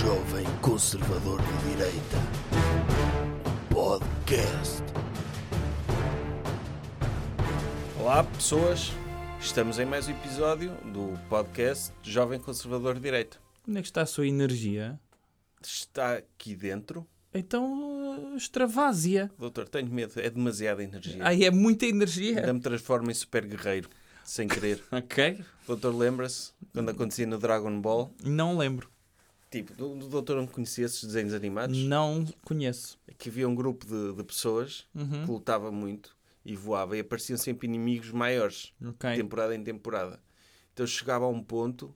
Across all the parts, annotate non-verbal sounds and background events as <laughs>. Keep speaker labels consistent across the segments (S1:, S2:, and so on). S1: Jovem Conservador de Direita. Podcast.
S2: Olá pessoas, estamos em mais um episódio do podcast Jovem Conservador de Direito.
S3: Onde é que está a sua energia?
S2: Está aqui dentro,
S3: Então, eh, extravasa.
S2: doutor, tenho medo, é demasiada energia.
S3: Aí é muita
S2: Ainda
S3: energia.
S2: me transforma em super guerreiro, sem querer.
S3: Ok.
S2: doutor, lembra-se quando acontecia no Dragon Ball?
S3: Não lembro.
S2: Tipo, o o doutor não conhecia esses desenhos animados?
S3: Não conheço.
S2: É Que havia um grupo de, de pessoas
S3: Uhum.
S2: que lutava muito e voava e apareciam sempre inimigos maiores.
S3: Ok.
S2: temporada em temporada. Então chegava a um ponto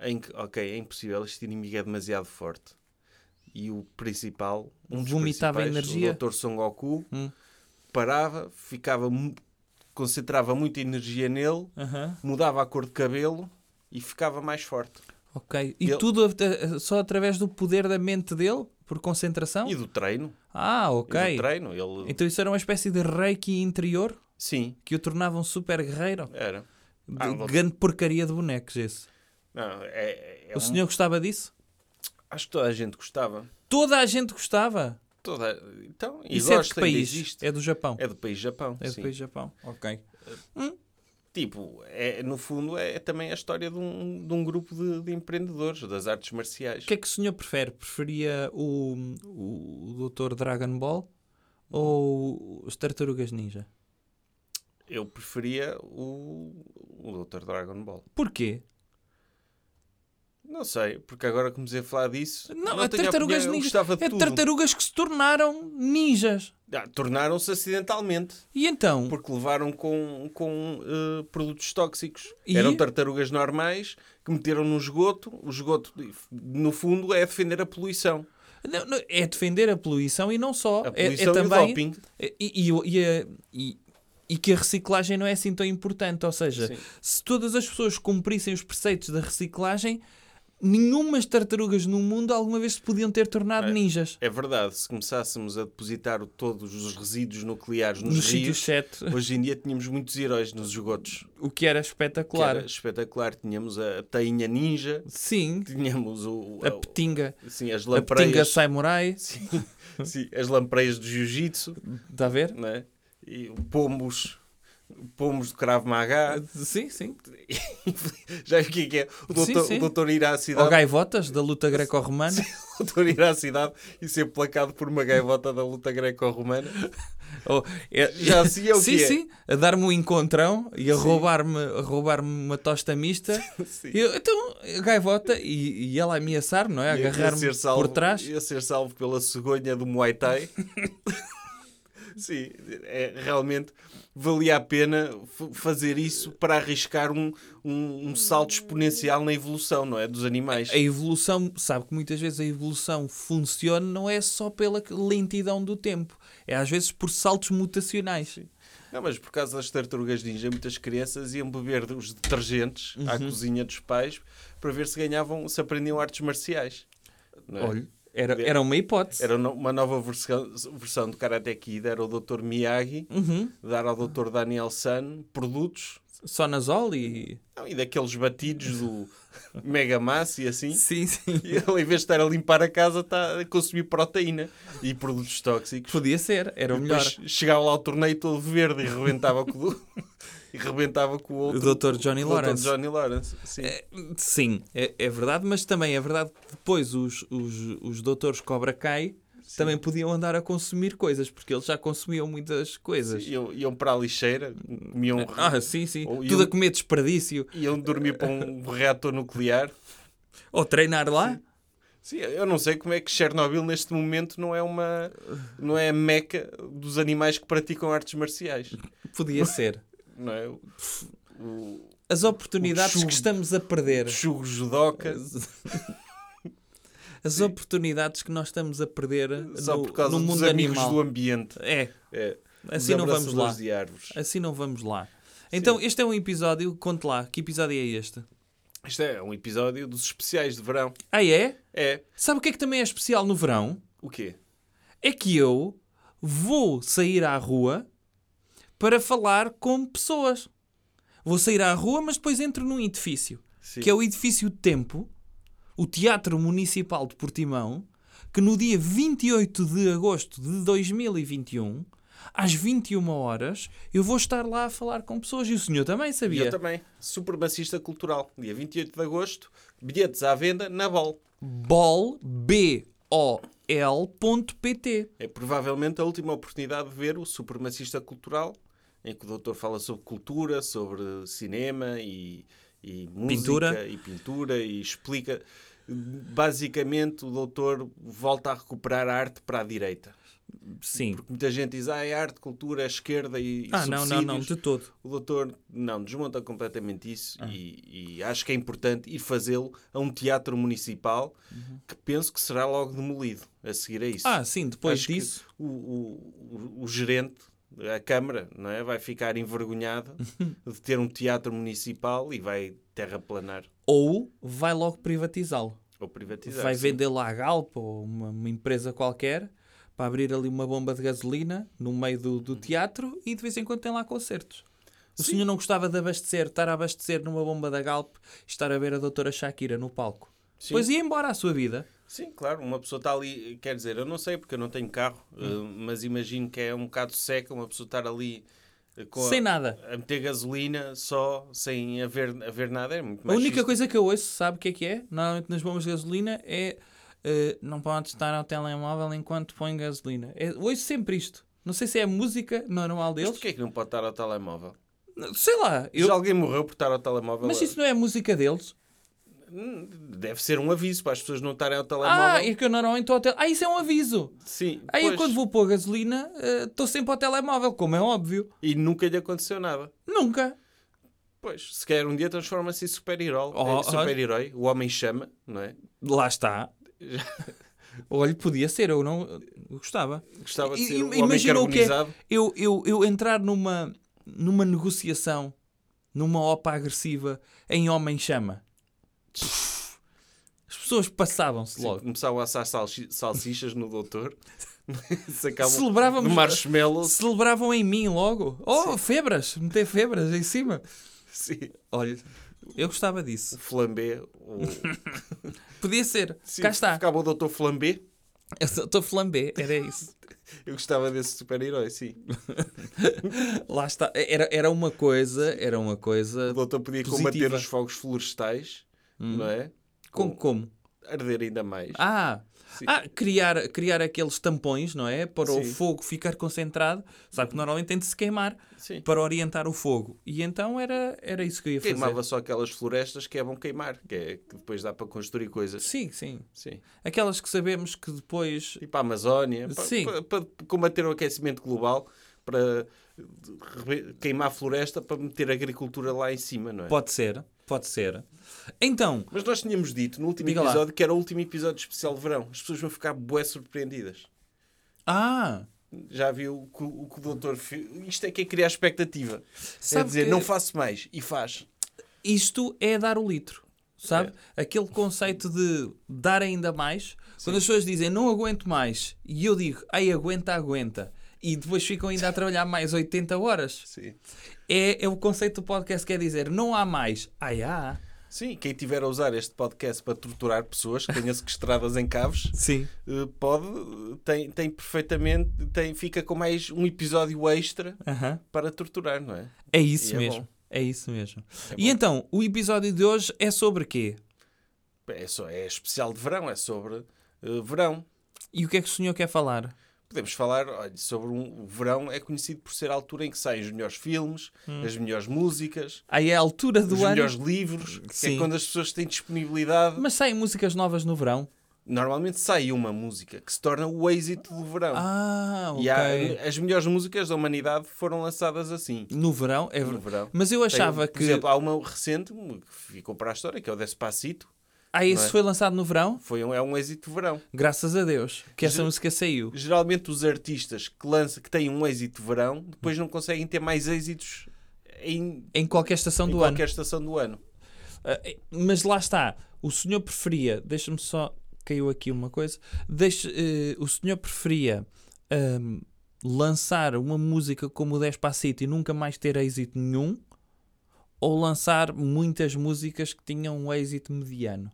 S2: em que, ok, é impossível, este inimigo é demasiado forte. E o principal, um dos
S3: Vomitava
S2: principais,
S3: energia?
S2: o Dr. Son Goku,
S3: Hum.
S2: parava, ficava, mu- concentrava muita energia nele,
S3: Aham.
S2: mudava a cor de cabelo e ficava mais forte.
S3: Ok. E
S2: Ele-
S3: tudo at- só através do poder da mente dele? Por concentração?
S2: E do treino,
S3: Ah,
S2: e
S3: ok.
S2: do treino, ele,
S3: Então isso era uma espécie de reiki interior
S2: sim,
S3: que o tornava um super guerreiro?
S2: era.
S3: De
S2: Ah, não-
S3: grande porcaria de bonecos esse.
S2: Não, é- é
S3: o
S2: um-
S3: senhor gostava disso?
S2: Acho que toda a gente gostava.
S3: Toda a gente gostava.
S2: Toda... Então, e
S3: Isso é de
S2: gosta,
S3: que
S2: ainda
S3: país?
S2: existe.
S3: É do Japão.
S2: É do país Japão.
S3: É do
S2: sim.
S3: país Japão. Ok.
S2: Tipo, é, no fundo é também a história de um, de um grupo de, de empreendedores das artes marciais.
S3: O que é que o senhor prefere? Preferia o, o, o Dr. Dragon Ball ou os Tartarugas Ninja?
S2: Eu preferia o, o Dr. Dragon Ball.
S3: Porquê?
S2: Não sei, porque agora comecei a falar disso.
S3: Não,
S2: eu
S3: é
S2: tenho
S3: tartarugas
S2: opinião, eu
S3: ninjas.
S2: gostava de
S3: É
S2: tudo.
S3: tartarugas que se tornaram ninjas.
S2: Ah, Tornaram-se acidentalmente,
S3: E então?
S2: porque levaram com, com eh, produtos tóxicos.
S3: E?
S2: Eram tartarugas normais que meteram no esgoto. O esgoto, no fundo, é defender a poluição.
S3: Não, não, é defender a poluição e não só.
S2: A
S3: É- é,
S2: poluição e
S3: também.
S2: o doping.
S3: E, e, e a- e- e que a reciclagem não é assim tão importante. Ou seja,
S2: Sim.
S3: se todas as pessoas cumprissem os preceitos da reciclagem, nenhumas tartarugas no mundo alguma vez se podiam ter tornado ninjas.
S2: É verdade, se começássemos a depositar o- todos os resíduos nucleares nos,
S3: Nos
S2: rios,
S3: sítios certos.
S2: hoje em dia tínhamos muitos heróis nos esgotos.
S3: O que era
S2: que
S3: espetacular.
S2: era espetacular. Tínhamos a a tainha ninja,
S3: Sim,
S2: tínhamos o, o-
S3: a petinga.
S2: sim, tipo, as
S3: A petinga
S2: lampreias.
S3: Samurai.
S2: Sim, sim, as lampreias do jiu-jitsu,
S3: Está Tá a ver?
S2: né? e o pomos, pomos do Krav Maga.
S3: Sim, sim.
S2: <laughs> Já vi o que é que é? O doutor,
S3: sim.
S2: o doutor ir à
S3: Ou
S2: cidade, <laughs>
S3: gaivotas da luta greco-romana.
S2: o doutor ir à cidade e ser placado por uma gaivota da luta
S3: <laughs>
S2: greco-romana.
S3: <laughs> Ou- é-
S2: Já assim é o
S3: sim,
S2: que é.
S3: sim. A dar-me um encontrão e a roubar-me roubar uma tosta mista.
S2: <laughs> Sim.
S3: E eu- então, a gaivota e, e ela a ameaçar, não é? A
S2: Ia- ia
S3: Agarrar-me
S2: ser salvo-
S3: por trás.
S2: Ia ser salvo pela cegonha do Muay
S3: <laughs>
S2: Thai. Sim, é, realmente valia a pena f- fazer isso para arriscar um, um, um salto exponencial na evolução, não é? Dos animais.
S3: A evolução, sabe que muitas vezes a evolução funciona não é só pela lentidão do tempo, é às vezes por saltos mutacionais.
S2: Não, mas por causa das tartarugas ninja, muitas crianças iam beber os detergentes à
S3: Uhum.
S2: cozinha dos pais para ver se ganhavam, se aprendiam artes marciais. não é?
S3: Olha, era, era uma hipótese.
S2: Era no- uma nova versão, versão do Karate Kid, era o Dr. Miyagi
S3: Uhum.
S2: dar ao Dr. Daniel San produtos
S3: Sonazol e.
S2: não, e daqueles batidos
S3: <laughs>
S2: do Mega Mass e assim.
S3: Sim, sim. <laughs>
S2: E <laughs> ele, em vez de estar a limpar a casa, está a consumir proteína e produtos tóxicos.
S3: Podia ser, era o melhor.
S2: Depois chegava lá ao torneio todo verde e rebentava com o, <laughs> e rebentava com o outro.
S3: O Dr. Johnny
S2: o
S3: Lawrence. É.
S2: Johnny Lawrence, sim.
S3: Sim, é, é verdade, mas também é verdade que depois os, os, os doutores Cobra Kai também podiam andar a consumir coisas, porque eles já consumiam muitas coisas.
S2: Iam, iam para a lixeira, comiam,
S3: Ah, é. sim, sim.
S2: Ou
S3: Tudo
S2: iam-
S3: a comer desperdício.
S2: iam dormir para
S3: <laughs>
S2: um reator nuclear.
S3: Ou treinar lá.
S2: Sim, eu não sei como é que Chernobyl neste momento não é uma não é a meca dos animais que praticam artes marciais,
S3: Podia ser.
S2: não é? O, o,
S3: As oportunidades
S2: chumbo.
S3: que estamos a
S2: o
S3: perder.
S2: Shugo judoca
S3: É. As oportunidades que nós estamos a perder
S2: só
S3: no,
S2: por causa
S3: no mundo
S2: dos amigos
S3: animal.
S2: do ambiente.
S3: É,
S2: É,
S3: assim
S2: dos
S3: não vamos lá.
S2: abraçadores de árvores.
S3: Assim não vamos lá. Então, este é um episódio, conte lá, que episódio é este?
S2: Isto é um episódio dos especiais de verão.
S3: Ah, é?
S2: É
S3: Sabe o que é que também é especial no verão?
S2: o quê?
S3: É que eu vou sair à rua para falar com pessoas. Vou sair à rua, mas depois entro num edifício,
S2: Sim.
S3: que é o edifício Tempo, o Teatro Municipal de Portimão, que no dia 28 de agosto de 2021, às 21 horas, eu vou estar lá a falar com pessoas. E o senhor também
S2: E
S3: sabia.
S2: eu também. Supremacista cultural. Dia 28 de agosto, bilhetes à venda na BOL.
S3: Bol, B-O-L.pt.
S2: É provavelmente a última oportunidade de ver o Supremacista Cultural, em que o doutor fala sobre cultura, sobre cinema e, e música
S3: Pintura.
S2: e pintura e explica. Basicamente, o doutor volta a recuperar a arte para a direita.
S3: Sim.
S2: Muita gente diz, ah, é arte, cultura, é esquerda e, e
S3: Ah, não, não, não,
S2: subsídios."
S3: de todo.
S2: O doutor, não, desmonta completamente isso
S3: Ah.
S2: e, e acho que é importante ir fazê-lo a um teatro municipal que penso que será logo demolido a seguir a isso.
S3: Uhum. Ah, sim, depois
S2: Acho que
S3: disso.
S2: o, o- o- o gerente, a Câmara, não é? vai ficar
S3: <laughs>
S2: envergonhado de ter um teatro municipal e vai terraplanar
S3: Ou vai logo privatizá-lo.
S2: ou privatizar.
S3: Vai
S2: sim.
S3: vender lá a Galp ou uma, uma empresa qualquer para abrir ali uma bomba de gasolina no meio do, do teatro e de vez em quando tem lá concertos. O senhor não gostava de abastecer, estar a abastecer numa bomba da Galp e estar a ver a doutora Shakira no palco.
S2: Sim.
S3: Pois ia embora a sua vida.
S2: Sim, claro, uma pessoa está ali, quer dizer, eu não sei porque eu não tenho carro,
S3: Hum.
S2: eh, mas imagino que é um bocado seca uma pessoa estar ali eh, com a-
S3: Sem nada.
S2: a meter gasolina só, sem haver, haver nada, é muito
S3: A
S2: mais
S3: única coisa que eu ouço, sabe o que é que é? Normalmente nas bombas de gasolina é eh, não pode estar ao telemóvel enquanto põe gasolina. É, ouço sempre isto. Não sei se é a música normal
S2: Mas
S3: deles.
S2: porquê é que não pode estar ao telemóvel?
S3: Sei lá. eu-
S2: Já alguém morreu por estar ao telemóvel? eh,
S3: Mas isso não é a música deles.
S2: Deve ser um aviso para as pessoas não estarem ao telemóvel.
S3: Ah, é que eu normalmente estou ao telemóvel. Ah, isso é um aviso.
S2: Sim,
S3: Aí eu
S2: pois.
S3: quando vou pôr gasolina, eh, estou sempre ao telemóvel, como é óbvio.
S2: E nunca lhe aconteceu nada.
S3: Nunca.
S2: Pois, se calhar um dia transforma-se em super-herói.
S3: Oh,
S2: Eh, super-herói, o homem chama, não é?
S3: Lá está. <laughs> Olha, podia ser, eu não eu gostava.
S2: Gostava de
S3: I-
S2: ser
S3: im-
S2: o homem
S3: imagina o que é.
S2: carbonizado.
S3: eu, eu, eu entrar numa, numa negociação, numa OPA agressiva em Homem Chama. Pff, As pessoas passavam-se
S2: Sim,
S3: logo.
S2: Começavam a assar salsi- salsichas no doutor. <laughs> Sacavam
S3: Celebrávamos-
S2: de
S3: <laughs>
S2: marshmallows.
S3: Celebravam em mim logo. Oh, febras! Meter febras em cima.
S2: Sim.
S3: Olha, eu gostava
S2: O
S3: disso.
S2: flambé.
S3: <laughs>
S2: O...
S3: Podia ser.
S2: Sim,
S3: Cá está.
S2: Ficava o doutor flambé.
S3: Eu sou- estou flambé.
S2: <laughs>
S3: Era isso.
S2: Eu gostava desse super-herói, sim.
S3: Lá está. Era, era uma coisa, era uma
S2: O
S3: coisa...
S2: doutor podia
S3: Positiva.
S2: combater os fogos florestais, não é?
S3: Hum. Com, como?
S2: Arder ainda mais.
S3: Ah,
S2: Sim.
S3: ah, criar, criar aqueles tampões, não é? Para o
S2: Sim.
S3: fogo ficar concentrado. Sabe que normalmente tem de se queimar
S2: Sim.
S3: para orientar o fogo. E então era, era isso que eu ia fazer.
S2: Queimava só aquelas florestas que é bom queimar, que, é, que depois dá para construir coisas.
S3: Sim, sim.
S2: Sim.
S3: Aquelas que sabemos que depois.
S2: E para a Amazónia, para,
S3: Sim.
S2: para- para combater o aquecimento global, para re- queimar a floresta, para meter a agricultura lá em cima, não é?
S3: Pode ser, pode ser. Então,
S2: Mas nós tínhamos dito no último
S3: Diga lá.
S2: episódio que era o último episódio especial de verão. As pessoas vão ficar bué surpreendidas.
S3: ah,
S2: Já viu o que o, que o doutor... fe- Isto é que é criar expectativa. é
S3: Sabe
S2: dizer,
S3: que-
S2: não faço mais. E faz.
S3: isto é dar o litro, sabe?
S2: É.
S3: Aquele conceito de dar ainda mais. Quando as pessoas dizem não aguento mais e eu digo ai aguenta, aguenta. E depois ficam ainda a trabalhar mais 80 horas.
S2: Sim.
S3: É, é o conceito do podcast que é dizer não há mais. Ah, Ai, há.
S2: Sim, quem tiver a usar este podcast para torturar pessoas que tenham sequestradas em caves,
S3: Sim.
S2: eh, pode, eh, tem, tem perfeitamente, tem, fica com mais um episódio extra
S3: Aham.
S2: para torturar, não é?
S3: É isso
S2: E é
S3: mesmo.
S2: bom.
S3: É isso mesmo. e então, o episódio de hoje é sobre quê?
S2: É, só, é especial de verão, é sobre eh, verão.
S3: E o que é que o senhor quer falar?
S2: Podemos falar olha, sobre um o verão, é conhecido por ser a altura em que saem os melhores filmes, as melhores músicas,
S3: Aí é a altura Hum. do
S2: os
S3: ano.
S2: melhores livros, que
S3: Sim.
S2: é quando as pessoas têm disponibilidade.
S3: Mas saem músicas novas no verão.
S2: Normalmente sai uma música que se torna o êxito do verão.
S3: Ah, ok.
S2: E há- eh, as melhores músicas da humanidade foram lançadas assim.
S3: No verão, é
S2: No
S3: verdade.
S2: verão.
S3: Mas eu
S2: Tem, um,
S3: achava
S2: Por
S3: que.
S2: exemplo, há uma recente que ficou para a história, que é o Despacito.
S3: ah, isso
S2: não é?
S3: foi lançado no verão?
S2: Foi um, é um êxito de verão.
S3: Graças a Deus que essa
S2: Ge-
S3: música saiu.
S2: Geralmente os artistas que lança, que têm um êxito de verão, depois não conseguem ter mais êxitos em,
S3: Em qualquer estação
S2: em
S3: do
S2: qualquer
S3: ano.
S2: estação do ano.
S3: Ah, eh, mas lá está. O senhor preferia. Deixa-me só. Caiu aqui uma coisa. Deixe, eh, o senhor preferia ahm, lançar uma música como o Despacito e nunca mais ter êxito nenhum? Ou lançar muitas músicas que tinham um êxito mediano?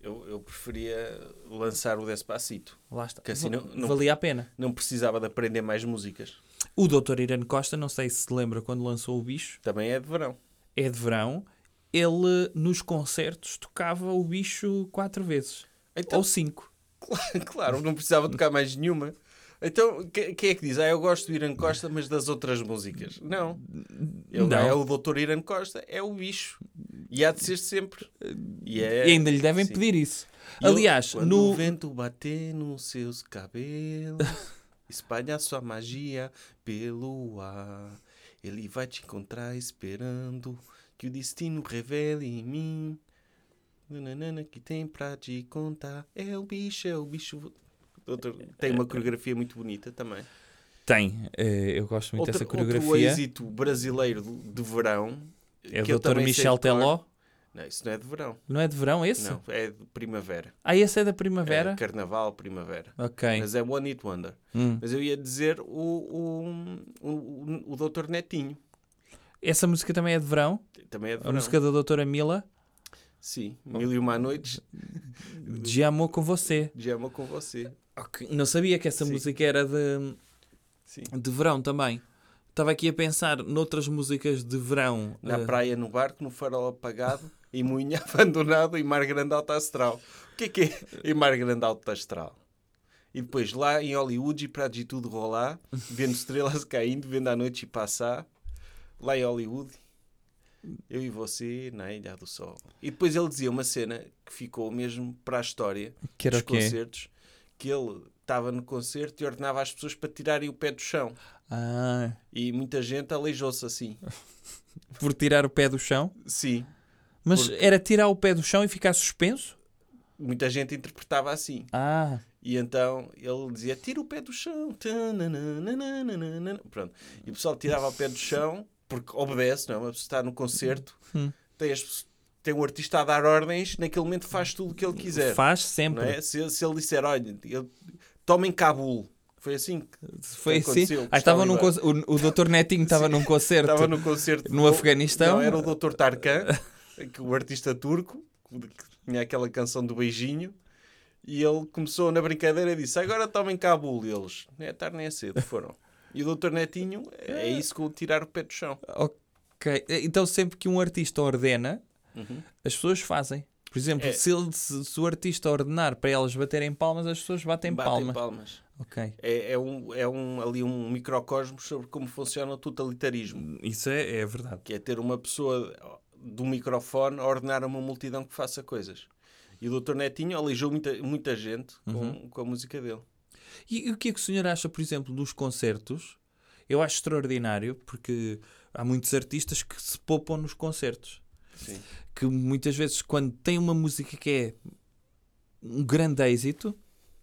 S2: Eu, eu preferia lançar o Despacito.
S3: Lá está.
S2: Que assim
S3: Va-
S2: não- não-
S3: Valia a pena.
S2: Não precisava de aprender mais músicas.
S3: O Dr. Irene Costa, não sei se se lembra quando lançou o bicho,
S2: Também é de verão. <laughs>
S3: é de verão. Ele nos concertos tocava o bicho quatro vezes.
S2: Então,
S3: Ou cinco.
S2: claro, claro, não precisava tocar mais nenhuma. Então, que- quem é que diz? Ah, eu gosto do Irã Costa, mas das outras músicas. Não. Ele
S3: Não.
S2: é o Dr. Irã Costa, é o bicho. E há de ser sempre. E, é-
S3: e ainda lhe devem
S2: sim.
S3: pedir isso.
S2: E eu-
S3: Aliás,
S2: quando
S3: no.
S2: o vento bater nos seus <laughs> cabelos, espalha sua magia pelo ar. Ele vai te encontrar esperando que o destino revele em mim. Nananana, que tem pra te contar. É o bicho, é o bicho. Doutor, tem uma coreografia muito bonita também.
S3: Tem. eh, eu gosto muito dessa
S2: outro
S3: coreografia.
S2: êxito brasileiro de de verão.
S3: É
S2: que eu
S3: o Dr.
S2: também sei
S3: Michel
S2: de cor.
S3: Teló.
S2: Não, isso não é de verão.
S3: Não é de verão esse?
S2: Não, é de primavera.
S3: Ah, esse é da
S2: É
S3: primavera?
S2: carnaval, primavera.
S3: Ok.
S2: Mas é One Hit Wonder.
S3: Hum.
S2: Mas eu ia dizer o, o, o, o, o Doutor Netinho.
S3: Essa música também é de verão.
S2: Também é de
S3: A
S2: verão.
S3: música da Doutora Mila,
S2: Sim, Mil e Uma Noites
S3: De Amor com Você.
S2: de Ama com Você.
S3: Não sabia que essa música era de,
S2: Sim.
S3: de verão também. Estava aqui a pensar noutras músicas de verão.
S2: Na
S3: eh,
S2: praia, no barco, no farol apagado, em Moinha <laughs> abandonado e Mar Grande Alta Astral. O que é que é em Mar Grande Alta Astral? E depois lá em Hollywood e para de tudo rolar, vendo estrelas <laughs> caindo, vendo a noite passar, lá em Hollywood, eu e você na Ilha do Sol. E depois ele dizia uma cena que ficou mesmo para a história,
S3: que era
S2: dos
S3: o quê?
S2: concertos que ele estava no concerto e ordenava às pessoas para tirarem o pé do chão.
S3: Ah,
S2: E muita gente aleijou-se
S3: <laughs>
S2: assim.
S3: por tirar o pé do chão.
S2: Sim,
S3: Mas era tirar o pé do chão e ficar suspenso?
S2: muita gente interpretava assim.
S3: Ah,
S2: E então ele dizia: tira o pé do chão. Tananana. Pronto. E o pessoal tirava o pé do chão, porque obedece, não é? Uma pessoa está no concerto,
S3: Hum.
S2: tem, as, tem um artista a dar ordens, naquele momento faz tudo o que ele quiser.
S3: faz
S2: Não
S3: sempre.
S2: é? se, se ele disser: olha, eu- tomem Cabul. Foi assim que
S3: Foi assim.
S2: Aconteceu,
S3: Ah,
S2: Gustavo
S3: estava num
S2: Ibarra.
S3: conce- o, o Dr. Netinho estava num concerto.
S2: Estava no concerto
S3: No
S2: do-
S3: Afeganistão?
S2: Não, era o Dr. Tarkan, <laughs> que o artista turco, que tinha aquela canção do beijinho. E ele começou na brincadeira e disse: Agora tomem Cabul. E eles, nem é tarde nem é cedo, foram. E o Dr. Netinho, é isso com o tirar o pé do chão.
S3: Ok. Então sempre que um artista ordena,
S2: Uhum.
S3: as pessoas fazem. Por exemplo,
S2: É.
S3: se, ele- se- se o artista ordenar para elas baterem palmas, as pessoas batem,
S2: Batem
S3: palmas.
S2: palmas.
S3: Ok.
S2: É, é um, é um, ali um microcosmos sobre como funciona o totalitarismo,
S3: Isso é, é verdade.
S2: que é ter uma pessoa do microfone a ordenar a uma multidão que faça coisas. E o Dr. Netinho aleijou muita, muita gente com-
S3: Uhum.
S2: com a música dele.
S3: E, e o que é que o senhor acha, por exemplo, dos concertos? Eu acho extraordinário porque há muitos artistas que se poupam nos concertos.
S2: Sim.
S3: Que muitas vezes, quando têm uma música que é um grande êxito,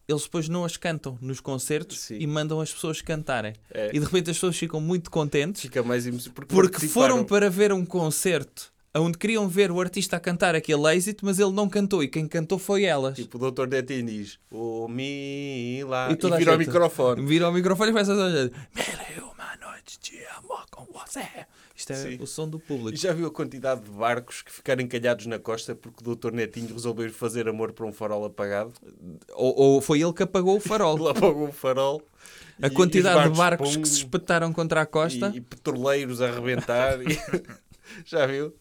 S3: eles depois não as cantam nos concertos
S2: Sim.
S3: e mandam as pessoas cantarem.
S2: É.
S3: E de repente as pessoas ficam muito contentes
S2: Fica mais emocionante. Porque, tipo,
S3: Porque foram
S2: participaram.
S3: para ver um concerto onde queriam ver o artista a cantar aquele êxito, mas ele não cantou e quem cantou foi elas.
S2: Tipo, o doutor Netinho diz: O Mila. E,
S3: E toda a
S2: vira o
S3: gente-
S2: microfone.
S3: Vira o microfone e começa a dizer: Mil e uma noite te amo com você. Isto é
S2: Sim.
S3: o som do
S2: E
S3: público.
S2: já viu a quantidade de barcos que ficaram encalhados na costa porque o doutor Netinho resolveu ir fazer amor para um farol apagado?
S3: Ou, ou foi ele que apagou o farol.
S2: Ele apagou o farol. <laughs> e- e
S3: A
S2: os
S3: quantidade de barcos
S2: pum,
S3: que se espetaram contra a costa.
S2: E, e petroleiros a arrebentar. e- <laughs> já viu?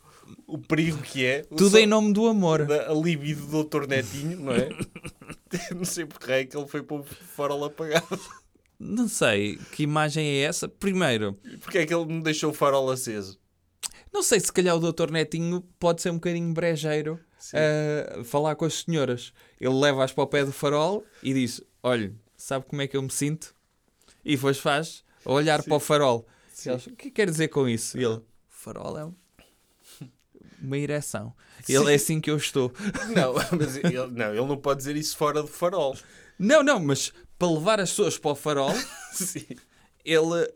S2: O perigo que é. O
S3: Tudo
S2: som
S3: em nome do amor.
S2: da- A libido do doutor Netinho, não é? <laughs> não sei porque é que ele foi para um farol apagado.
S3: Não sei que imagem é essa. Primeiro,
S2: Porque é que ele me deixou o farol aceso?
S3: não sei se calhar o Dr. Netinho pode ser um bocadinho brejeiro
S2: Sim.
S3: a falar com as senhoras. Ele leva-as para o pé do farol e diz: Olha, sabe como é que eu me sinto? E depois faz a olhar para o farol. E elas, o que quer dizer com isso? E ele: Farol é um- <laughs> uma ereção. Ele é assim que eu estou.
S2: Não, <laughs> mas ele, não, ele não pode dizer isso fora do farol.
S3: Não, não, mas para levar as pessoas para o farol, <laughs>
S2: Sim.
S3: ele.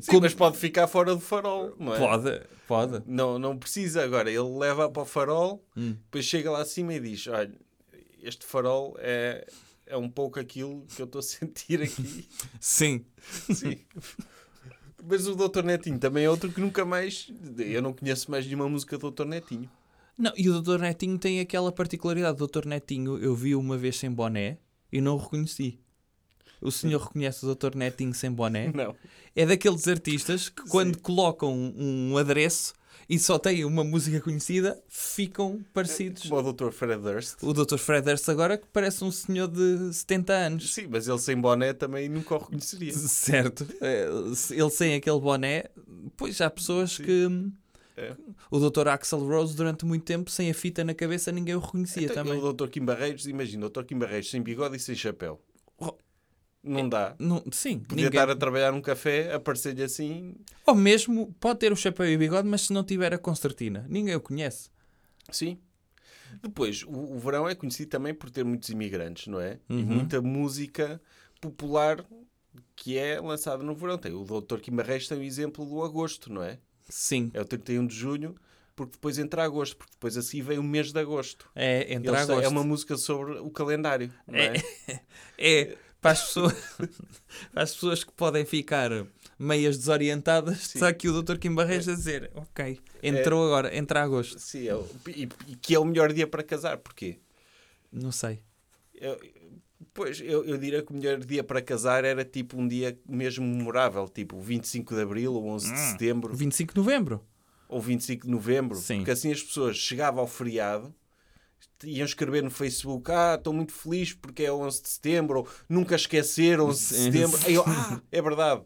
S2: Sim,
S3: como-
S2: mas pode ficar fora do farol, não é?
S3: Pode, pode.
S2: Não, não precisa agora. Ele leva para o farol,
S3: Hum.
S2: depois chega lá acima e diz: Olha, este farol é, é um pouco aquilo que eu estou a sentir
S3: <laughs>
S2: aqui.
S3: Sim.
S2: Sim. Mas o Dr. Netinho também é outro que nunca mais. Eu não conheço mais nenhuma música do Dr. Netinho.
S3: Não, e o Dr. Netinho tem aquela particularidade. O Dr. Netinho, eu vi uma vez sem boné e não o reconheci. O senhor reconhece o Dr. Netinho sem boné?
S2: Não.
S3: É daqueles artistas que, quando colocam um um adereço e só têm uma música conhecida, ficam parecidos.
S2: Como o Dr. Fred Durst.
S3: O Dr. Fred Durst agora que parece um senhor de 70 anos.
S2: Sim, mas ele sem boné também nunca o reconheceria.
S3: Certo. É, se Ele sem aquele boné, pois há pessoas que.
S2: É.
S3: O Dr. Axel Rose, durante muito tempo, sem a fita na cabeça, ninguém o reconhecia
S2: Então,
S3: também.
S2: O Dr. Kim Barreiros, imagina, o Dr. Kim Barreiros sem bigode e sem chapéu.
S3: Oh.
S2: Não dá.
S3: Não, sim,
S2: Podia
S3: ninguém.
S2: estar a trabalhar num café, aparecer-lhe assim.
S3: Ou mesmo pode ter o chapéu e o bigode, mas se não tiver a concertina, ninguém o conhece.
S2: Sim. Depois, o, o verão é conhecido também por ter muitos imigrantes, não é?
S3: Uhum.
S2: E muita música popular que é lançada no verão. Tem o Dr. Kim Barreiros tem o exemplo do agosto, não é?
S3: Sim,
S2: É o 31 de julho, porque depois entra agosto, porque depois assim vem o mês de agosto.
S3: é entre
S2: Eles têm-
S3: agosto.
S2: É uma música sobre o calendário, não é?
S3: É, para as pessoas, <laughs> para as pessoas que podem ficar meias desorientadas, está aqui o Dr. Kim
S2: É.
S3: Barreiros a dizer: Ok, entrou agora, entra agosto.
S2: Sim, é o- e, e que é o melhor dia para casar, porquê?
S3: Não sei.
S2: Eu- pois, eu, eu diria que o melhor dia para casar era tipo um dia mesmo memorável, tipo 25 de Abril ou 11 de Setembro
S3: 25 de novembro.
S2: ou 25 de Novembro,
S3: Sim.
S2: porque assim as pessoas chegavam ao feriado, iam escrever no Facebook, ah, estou muito feliz porque é 11 de Setembro, ou nunca esquecer 11 de
S3: Sim.
S2: Setembro. Aí eu, ah, é verdade.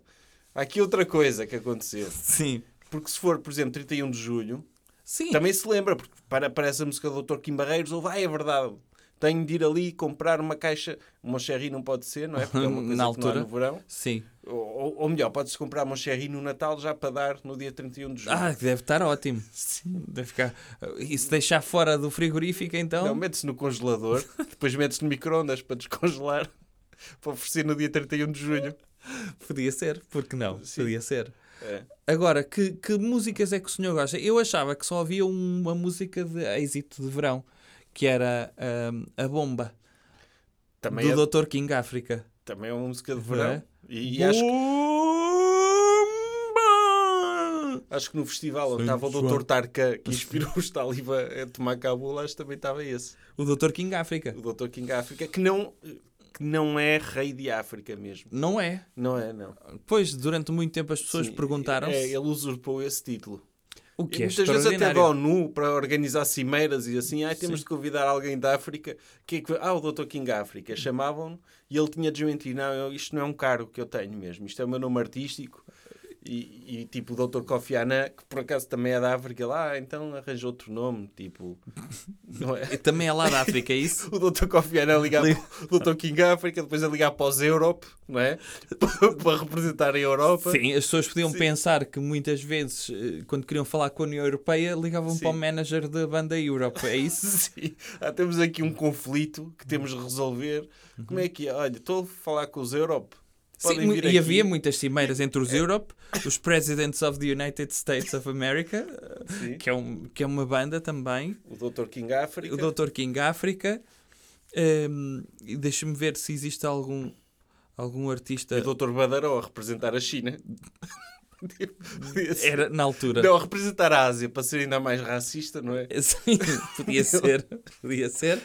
S2: Há aqui outra coisa que aconteceu.
S3: Sim.
S2: Porque se for, por exemplo, 31 de Julho,
S3: Sim.
S2: Também se lembra, porque para, para essa música do Dr. Kim Barreiros, houve, ah, é verdade, tenho de ir ali comprar uma caixa. Moncherry não pode ser, não é? Porque é
S3: <laughs>
S2: uma coisa
S3: Na
S2: que não há
S3: altura.
S2: no verão.
S3: Sim.
S2: Ou, ou melhor, pode-se comprar Moncherry no Natal já para dar no dia 31 de julho.
S3: Ah, que deve estar ótimo. Sim. Deve ficar... E se deixar fora do frigorífico, então.
S2: Não, mete-se no
S3: <laughs>
S2: congelador, depois mete-se no micro-ondas para descongelar, <laughs> para oferecer no dia 31 de julho.
S3: Podia ser, porque não? Podia ser.
S2: É.
S3: Agora, que, que músicas é que o senhor gosta? Eu achava que só havia uma música de êxito de verão, que era ahm, A Bomba,
S2: Também, é,
S3: do Dr. King África.
S2: também é uma música de
S3: Não
S2: verão.
S3: é?
S2: E, e acho,
S3: Bomba!
S2: acho que no festival onde estava o
S3: Sensual.
S2: Dr. Tarka, que inspirou os talibã a tomar cabula, acho que também estava esse.
S3: O Dr. King África.
S2: o Dr. King África, que não, que não é rei de África mesmo.
S3: Não é?
S2: Não é, não.
S3: Pois, durante muito tempo as pessoas
S2: Sim,
S3: perguntaram-se
S2: é, ele usurpou esse título.
S3: o que é
S2: Muitas vezes até da
S3: extraordinário.
S2: ONU para organizar cimeiras e assim, ah, temos de convidar alguém da África. Que é que... Ah, o Dr. King África. Chamavam-no e ele tinha de desmentir. Não, eu- isto não é um cargo que eu tenho mesmo. Isto é o meu nome artístico. E, e, tipo o Dr. Kofi Annan, que por acaso também é da África, lá, ah, então arranjou outro nome. Tipo, não é?
S3: E Também é lá da África, é
S2: <laughs>
S3: isso?
S2: o Dr. Kofi Annan a ligar para o Dr. King África, depois a ligar para os Europe, não é? <laughs> para, para representar a Europa.
S3: Sim, as pessoas podiam pensar que muitas vezes, eh, quando queriam falar com a União Europeia, ligavam para o manager da banda Europe, é
S2: <laughs>
S3: isso?
S2: <laughs> Sim. Ah, temos aqui um conflito que temos de resolver. Como é que é? Olha, estou a falar com os Europe. Podem
S3: Sim, mu-
S2: vir
S3: e
S2: aqui. É.
S3: havia muitas cimeiras entre os Europe, os Presidents of the United States of America, eh,
S2: Sim.
S3: que é, um, que é uma banda também,
S2: O Dr. King África.
S3: o Dr. King África. ehm, e Deixa-me ver se existe algum, algum artista.
S2: E o Dr. Badaró a representar a China. <laughs> Tipo, podia ser-
S3: Era na altura.
S2: Não, a representar a Ásia, para ser ainda mais racista, não é?
S3: <laughs> Sim, podia ser, podia ser.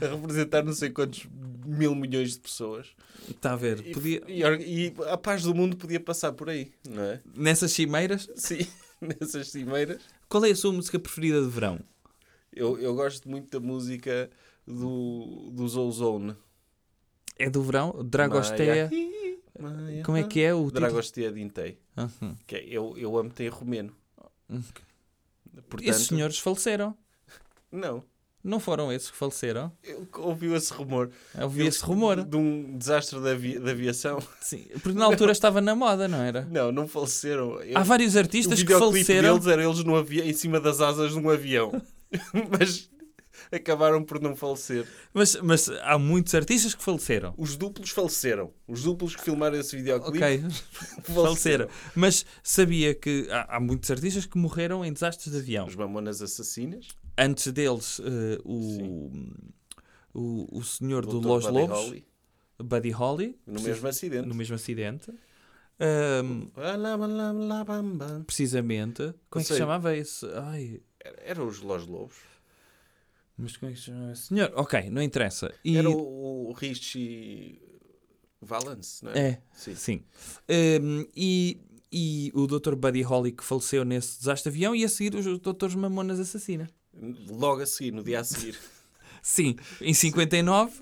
S2: A representar não sei quantos mil milhões de pessoas.
S3: Está a ver,
S2: E-
S3: podia,
S2: E, or- e a paz do mundo podia passar por aí, não é?
S3: nessas cimeiras.
S2: Sim, <laughs> nessas cimeiras.
S3: Qual é a sua música preferida de verão?
S2: Eu, eu gosto muito da música do, do Zouzone.
S3: É do verão? Dragostea.
S2: Maia.
S3: Como é que é o título?
S2: Dragostea Dintei.
S3: Uhum.
S2: Que é- eu, eu amo ter romeno. Portanto,
S3: Esses senhores faleceram.
S2: Não.
S3: Não foram esses que faleceram?
S2: Eu- Ouviu esse rumor.
S3: Havia esse
S2: <laughs>
S3: rumor.
S2: De um desastre da, avi- da aviação. <laughs>
S3: Sim. Porque na altura estava na moda, não era?
S2: Não, não faleceram. Eu-
S3: Há vários
S2: o
S3: artistas que
S2: videoclipe
S3: faleceram.
S2: deles era eles no avi- em cima das asas de um avião. <laughs> Mas acabaram por não falecer.
S3: Mas, mas há muitos artistas que faleceram.
S2: Os duplos faleceram. Os duplos que filmaram esse videoclipe
S3: Ok,
S2: <laughs> faleceram.
S3: faleceram. Mas sabia que há, há muitos artistas que morreram em desastres de avião.
S2: Os mamonas assassinas.
S3: Antes deles, eh, o, o, o senhor do
S2: Dr.
S3: Los
S2: Buddy
S3: Lobos,
S2: Holly,
S3: Buddy Holly,
S2: No mesmo acidente. Ah,
S3: no mesmo acidente. Ahm,
S2: Alá, alá, alá, bam, bam.
S3: Precisamente. Como é que
S2: sei.
S3: se chamava esse? Ai,
S2: Era- Eram os Los Lobos.
S3: Mas como é que se chama? esse Senhor, ok, não interessa. E...
S2: Era o, o Richie Valance, não é?
S3: É,
S2: Sim.
S3: sim. Hum, e, e o Dr. Buddy Holly que faleceu nesse desastre de avião e a seguir os Drs. Mamonas assassina.
S2: Logo a seguir, no dia a
S3: <laughs>
S2: seguir.
S3: Sim, em 59.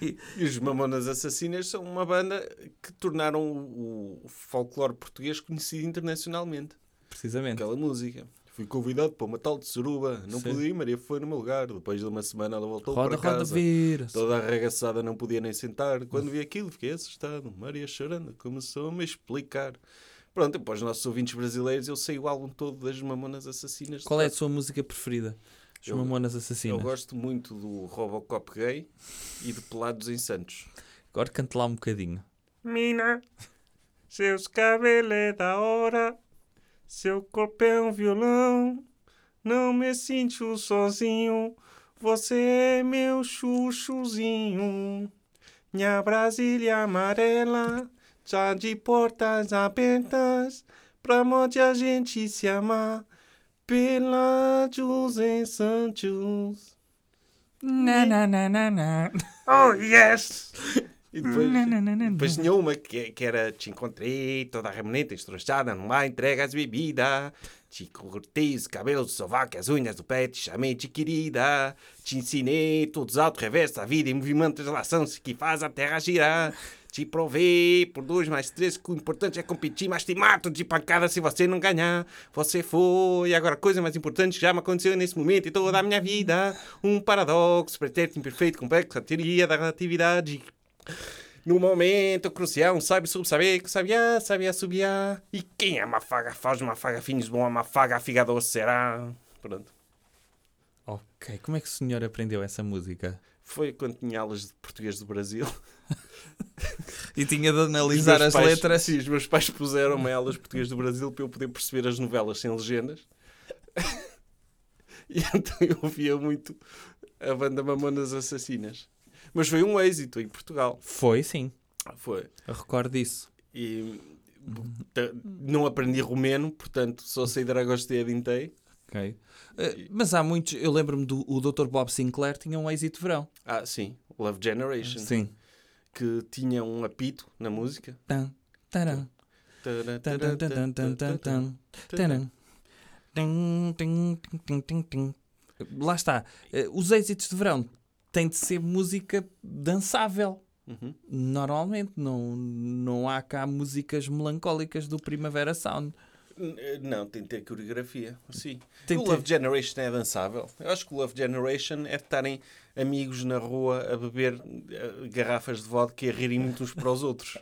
S2: E, e os Mamonas Assassinas são uma banda que tornaram o, o folclore português conhecido internacionalmente.
S3: Precisamente.
S2: Aquela música. Fui convidado para uma tal de suruba. Não
S3: Sim.
S2: podia, Maria foi no meu lugar. Depois de uma semana ela voltou
S3: Roda,
S2: para
S3: roda,
S2: casa.
S3: vira.
S2: Toda arregaçada, não podia nem sentar. Quando vi aquilo, fiquei assustado. Maria chorando começou a me explicar. Pronto, e para os nossos ouvintes brasileiros, eu sei o álbum todo das Mamonas Assassinas.
S3: Qual é a sua música preferida? Os
S2: Eu-
S3: Mamonas
S2: Eu
S3: assassinas.
S2: gosto muito do Robocop gay e de Pelados em Santos.
S3: Agora cante lá um bocadinho.
S4: Mina, seus cabelos é da hora, seu corpo é um violão. Não me sinto sozinho, você é meu chuchuzinho. Minha Brasília amarela, já de portas abertas, pra onde a gente se amar. Pelados em Santos.
S3: Na, na, na, na, na.
S4: Oh, yes!
S2: E depois, depois tinha uma que, que era Te encontrei toda remonente, estrojada numa entrega às bebidas. Te cortei os cabelos do sovaco e as unhas do pé, te chamei de querida. Te ensinei todos os altos reversos, a vida em movimento, relação-se que faz a terra girar. Te provei por dois mais três que o importante é competir, mas te mato de pancada se você não ganhar. Você foi, agora a coisa mais importante que já me aconteceu nesse momento e toda a minha vida. Um paradoxo, pretérito imperfeito, complexo, a teoria da relatividade no momento crucial, um sabe subsaber que sabia, sabia subia. E quem ama faga faz uma faga finos bom, ama faga figa doce será. Pronto.
S3: Ok, como é que o senhor aprendeu essa música?
S2: Foi quando tinha aulas de português do Brasil.
S3: E tinha de
S2: Os
S3: analisar
S2: meus
S3: as
S2: pais-
S3: letras.
S2: Sim, os meus pais puseram-me aulas de português do Brasil para eu poder perceber as novelas sem legendas. <laughs> E então eu ouvia muito a banda Mamonas Assassinas. Mas foi um êxito em Portugal.
S3: Foi, sim.
S2: Foi.
S3: Eu recordo disso.
S2: E t- não aprendi romeno, portanto só sei Dragostea Dintei.
S3: Ok. Eh, mas há muitos. Eu lembro-me do o Dr. Bob Sinclair tinha um êxito de verão.
S2: Ah, sim, Love Generation,
S3: Sim.
S2: que tinha um apito na música.
S3: Tan, taran, tan, tan, tan, tan, tan, tan, tan, taran. Tum, tum, tum, tum, tum, tum. Lá está. Eh, Os êxitos de verão têm de ser música dançável.
S2: Uhum.
S3: Normalmente não, não há cá músicas melancólicas do Primavera Sound.
S2: N- Não, tem de ter coreografia. Sim.
S3: Tem
S2: o
S3: de
S2: Love
S3: ter-
S2: Generation é dançável. Eu acho que o Love Generation é de estarem amigos na rua a beber eh, garrafas de vodka e a rirem muito uns para os outros.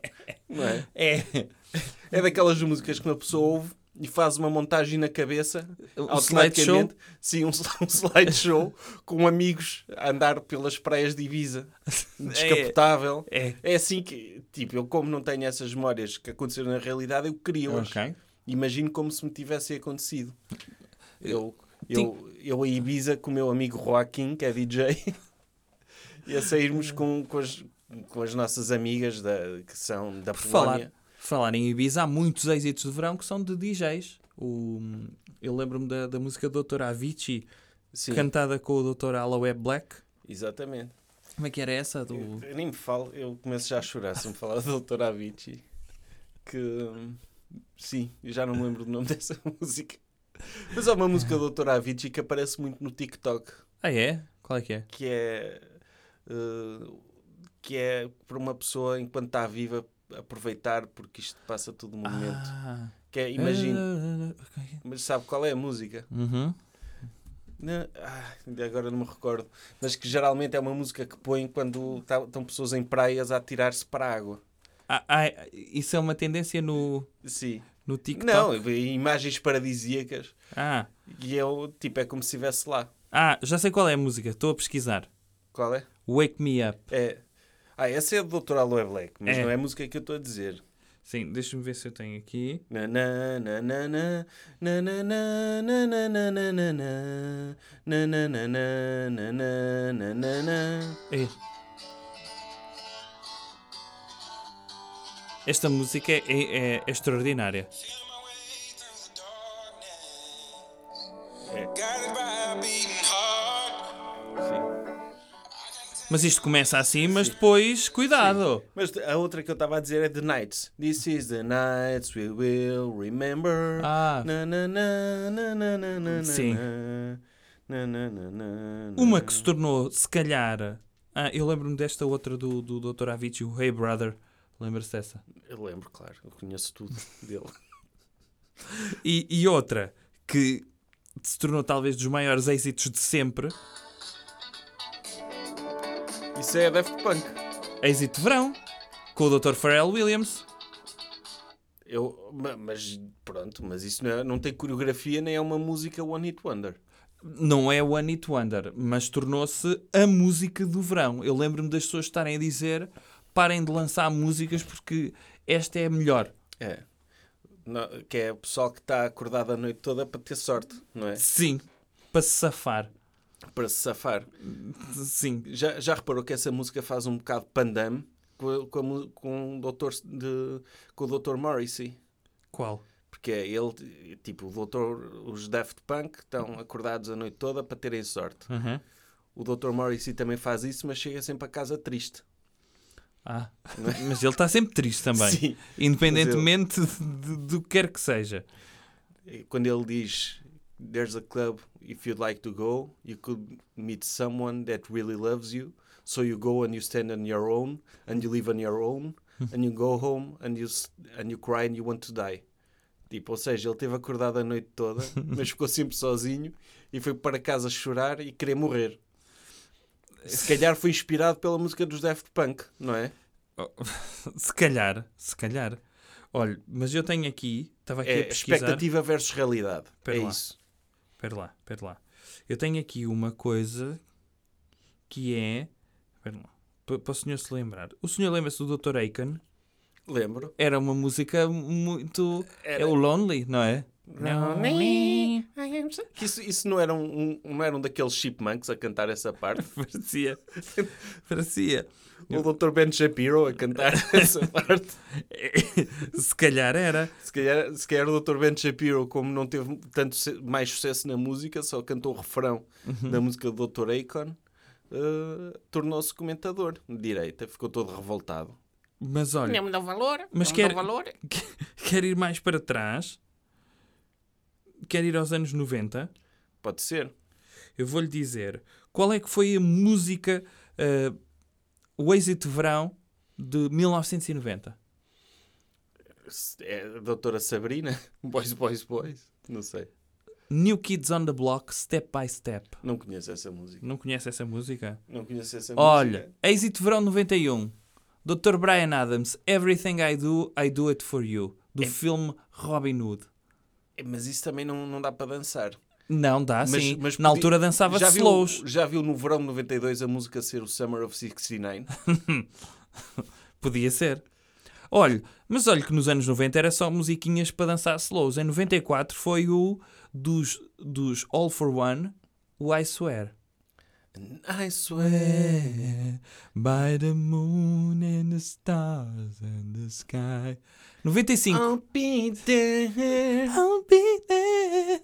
S2: Não é?
S3: É.
S2: É daquelas músicas que uma pessoa ouve e faz uma montagem na cabeça
S3: O slideshow.
S2: automaticamente. Sim, um, sl- <laughs> um slideshow com amigos a andar pelas praias de
S3: <laughs>
S2: Ibiza. Descapotável.
S3: É.
S2: É assim que, tipo, eu como não tenho essas memórias que aconteceram na realidade, eu queria-as.
S3: Ok.
S2: Imagino como se me tivesse acontecido. Eu, eu, eu em Ibiza com o meu amigo Joaquim, que é DJ, <laughs> e a sairmos com, com, as, com as nossas amigas da, que são da
S3: Por
S2: Polónia.
S3: falar, falar em Ibiza, há muitos êxitos de verão que são de DJs. O, eu lembro-me da, da música do Dr. Avicii,
S2: Sim,
S3: cantada com o Dr. Aloe Black.
S2: exatamente.
S3: Como é que era essa? Do...
S2: Eu, eu nem me falo, eu começo já a chorar se me falar da doutora Avicii. Que hum, sim, eu já não me lembro do nome <laughs> dessa música. Mas há uma música da doutora Avicii que aparece muito no TikTok,
S3: Ah, é? Qual é que é?
S2: que é eh, que é para uma pessoa enquanto está viva aproveitar porque isto passa tudo no momento.
S3: Ah.
S2: Que é, imagino,
S3: Ah, ok.
S2: mas sabe qual é a música?
S3: Uhum.
S2: Não, ah, ainda agora não me recordo, mas que geralmente é uma música que põem quando tá- estão pessoas em praias a atirar-se para a água.
S3: Ah, ah, isso é uma tendência no,
S2: Sim.
S3: no TikTok?
S2: Não, eu vi imagens paradisíacas
S3: Ah.
S2: e eu, tipo, é como se estivesse lá.
S3: ah, já sei qual é a música. Estou a pesquisar.
S2: Qual é?
S3: Wake Me Up.
S2: É. Ah, essa é do Dr. Aloe Black, mas
S3: É.
S2: não é a música que eu estou a dizer.
S3: Sim, deixa-me ver se eu tenho aqui.
S2: Na, na, na, na, na, na, na, na, na, na, na, na, na, na, na, na, na, na, na, na, na, na, na.
S3: É. Esta música é, é- é extraordinária.
S5: Feel my way through the darkness.
S3: Mas isto começa assim, mas depois, cuidado.
S2: Mas a outra que eu estava a dizer é The Nights. This is the nights we will remember.
S3: Ah.
S2: Na, na, na, na, na, na, na,
S3: Sim.
S2: na, na, na, na, na, na.
S3: Uma que se tornou, se calhar. Ah, eu lembro-me desta outra do, do Dr. Avicii, o Hey Brother. Lembra-se dessa?
S2: Eu lembro, claro. Eu conheço tudo dele.
S3: E, e outra que se tornou talvez dos maiores êxitos de sempre,
S2: Isso é Daft Punk.
S3: êxito de verão, com o Dr. Pharrell Williams.
S2: Eu, ma- mas pronto, mas isso não, é- não tem coreografia nem é uma música One Hit Wonder.
S3: Não é One It Wonder, mas tornou-se a música do verão. Eu lembro-me das pessoas estarem a dizer parem de lançar músicas porque esta é a melhor.
S2: É. Não- que é o pessoal que está acordado a noite toda para ter sorte, não é?
S3: Sim, para se safar.
S2: Para se safar.
S3: Sim.
S2: Já, já reparou que essa música faz um bocado pandam com, a- com, a mu- com o doutor de, com o Dr. Morrissey?
S3: Qual?
S2: Porque é ele, tipo, o doutor, os Daft Punk estão acordados a noite toda para terem sorte.
S3: Uhum.
S2: O Dr. Morrissey também faz isso, mas chega sempre a casa triste.
S3: Ah, mas ele está sempre triste também.
S2: é? Sim.
S3: Independentemente de- do que quer que seja.
S2: quando ele diz There's a club if you'd like to go, you could meet someone that really loves you. So you go and you stand on your own and you live on your own
S3: Hum.
S2: and you go home and you s- and you cry and you want to die. Tipo, ou seja, ele teve acordado a noite toda,
S3: <laughs>
S2: mas ficou sempre sozinho e foi para casa chorar e querer morrer. Se calhar foi inspirado pela música dos Daft Punk, não é?
S3: Se calhar, se calhar. Olha, mas eu tenho aqui, estava aqui
S2: É
S3: a pesquisar.
S2: expectativa versus realidade.
S3: Espera
S2: é
S3: lá.
S2: isso.
S3: Espera lá, espera lá. Eu tenho aqui uma coisa que é. Espera lá. pa- Para o senhor se lembrar. O senhor lembra-se do Dr. Aiken?
S2: Lembro.
S3: Era uma música muito. É
S2: Era-
S3: o Lonely, não é? Lonely. <laughs>
S2: Que Isso, isso não, era um, um- não eram daqueles chipmunks a cantar essa
S3: <laughs>
S2: parte?
S3: Parecia. Parecia. <coughs>
S2: o Dr. Ben Shapiro a cantar essa parte?
S3: se calhar era.
S2: Se calhar, se calhar o Dr. Ben Shapiro, como não teve tanto se- mais sucesso na música, só cantou o refrão da música do Dr. Akon, eh, tornou-se comentador de direita. Ficou todo revoltado.
S3: Mas olha.
S5: Não me dá valor.
S3: Mas
S5: não
S3: quer-
S5: me dá valor.
S3: <laughs> Quer ir mais para trás? Quer ir aos anos 90?
S2: Pode ser.
S3: Eu vou-lhe dizer qual é que foi a música, eh, o êxito de verão de 1990.
S2: Se- É a doutora Sabrina? <laughs> Boys, boys, boys? Não sei.
S3: New Kids on the Block, Step by Step.
S2: Não conheço essa música.
S3: Não conhece essa música?
S2: Não conheço essa música.
S3: Olha, êxito de verão 91. Dr. Brian Adams, Everything I Do, I Do It For You. Do
S2: É.
S3: filme Robin Hood.
S2: Eh, Mas isso também não, não dá para dançar.
S3: Não dá,
S2: Mas-
S3: sim.
S2: mas
S3: Assim, Na
S2: podia-
S3: altura dançava
S2: já
S3: slows.
S2: Viu, já viu no verão de 92 a música ser o Summer of 69?
S3: Podia ser. Olha, mas olha que nos anos 90 era só musiquinhas para dançar slows. Em 94 foi o dos, dos All for One, o I Swear.
S2: I swear.
S3: É, By the moon and the stars and the sky. 95.
S2: I'll be there.
S3: I'll be there.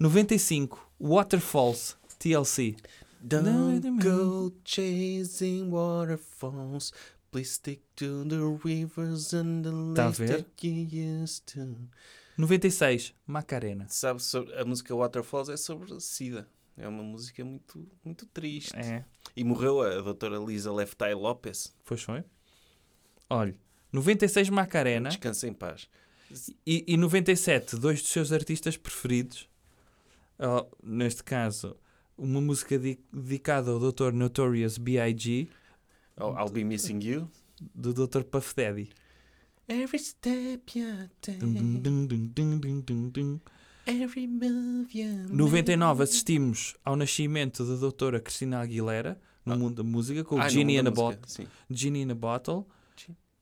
S3: 95. Waterfalls, TLC.
S2: Don't go chasing waterfalls. Please stick to the rivers and the
S3: Tá a
S2: lakes
S3: ver?
S2: that you used to.
S3: 96. Macarena.
S2: Sabe, sobre- a música Waterfalls é sobre a SIDA. É uma música muito, muito triste.
S3: É.
S2: E morreu a doutora Lisa Left Eye Lopez.
S3: Pois foi. Olha, 96 Macarena.
S2: Descansa em paz.
S3: E, e 97, dois dos seus artistas preferidos, oh, neste caso, uma música de- dedicada ao Dr. Notorious B.I.G.
S2: Oh, I'll be missing you.
S3: do Dr. Puff Daddy.
S2: Every step you take,
S3: Dum, dum, dum, dum, dum, dum, dum, dum.
S2: every move you make.
S3: 99 assistimos ao nascimento da Doutora Cristina Aguilera no
S2: Ah.
S3: mundo da música com
S2: Ah,
S3: o
S2: no
S3: Genie in,
S2: mundo
S3: a
S2: da música,
S3: Bot-
S2: sim.
S3: Genie in a Bottle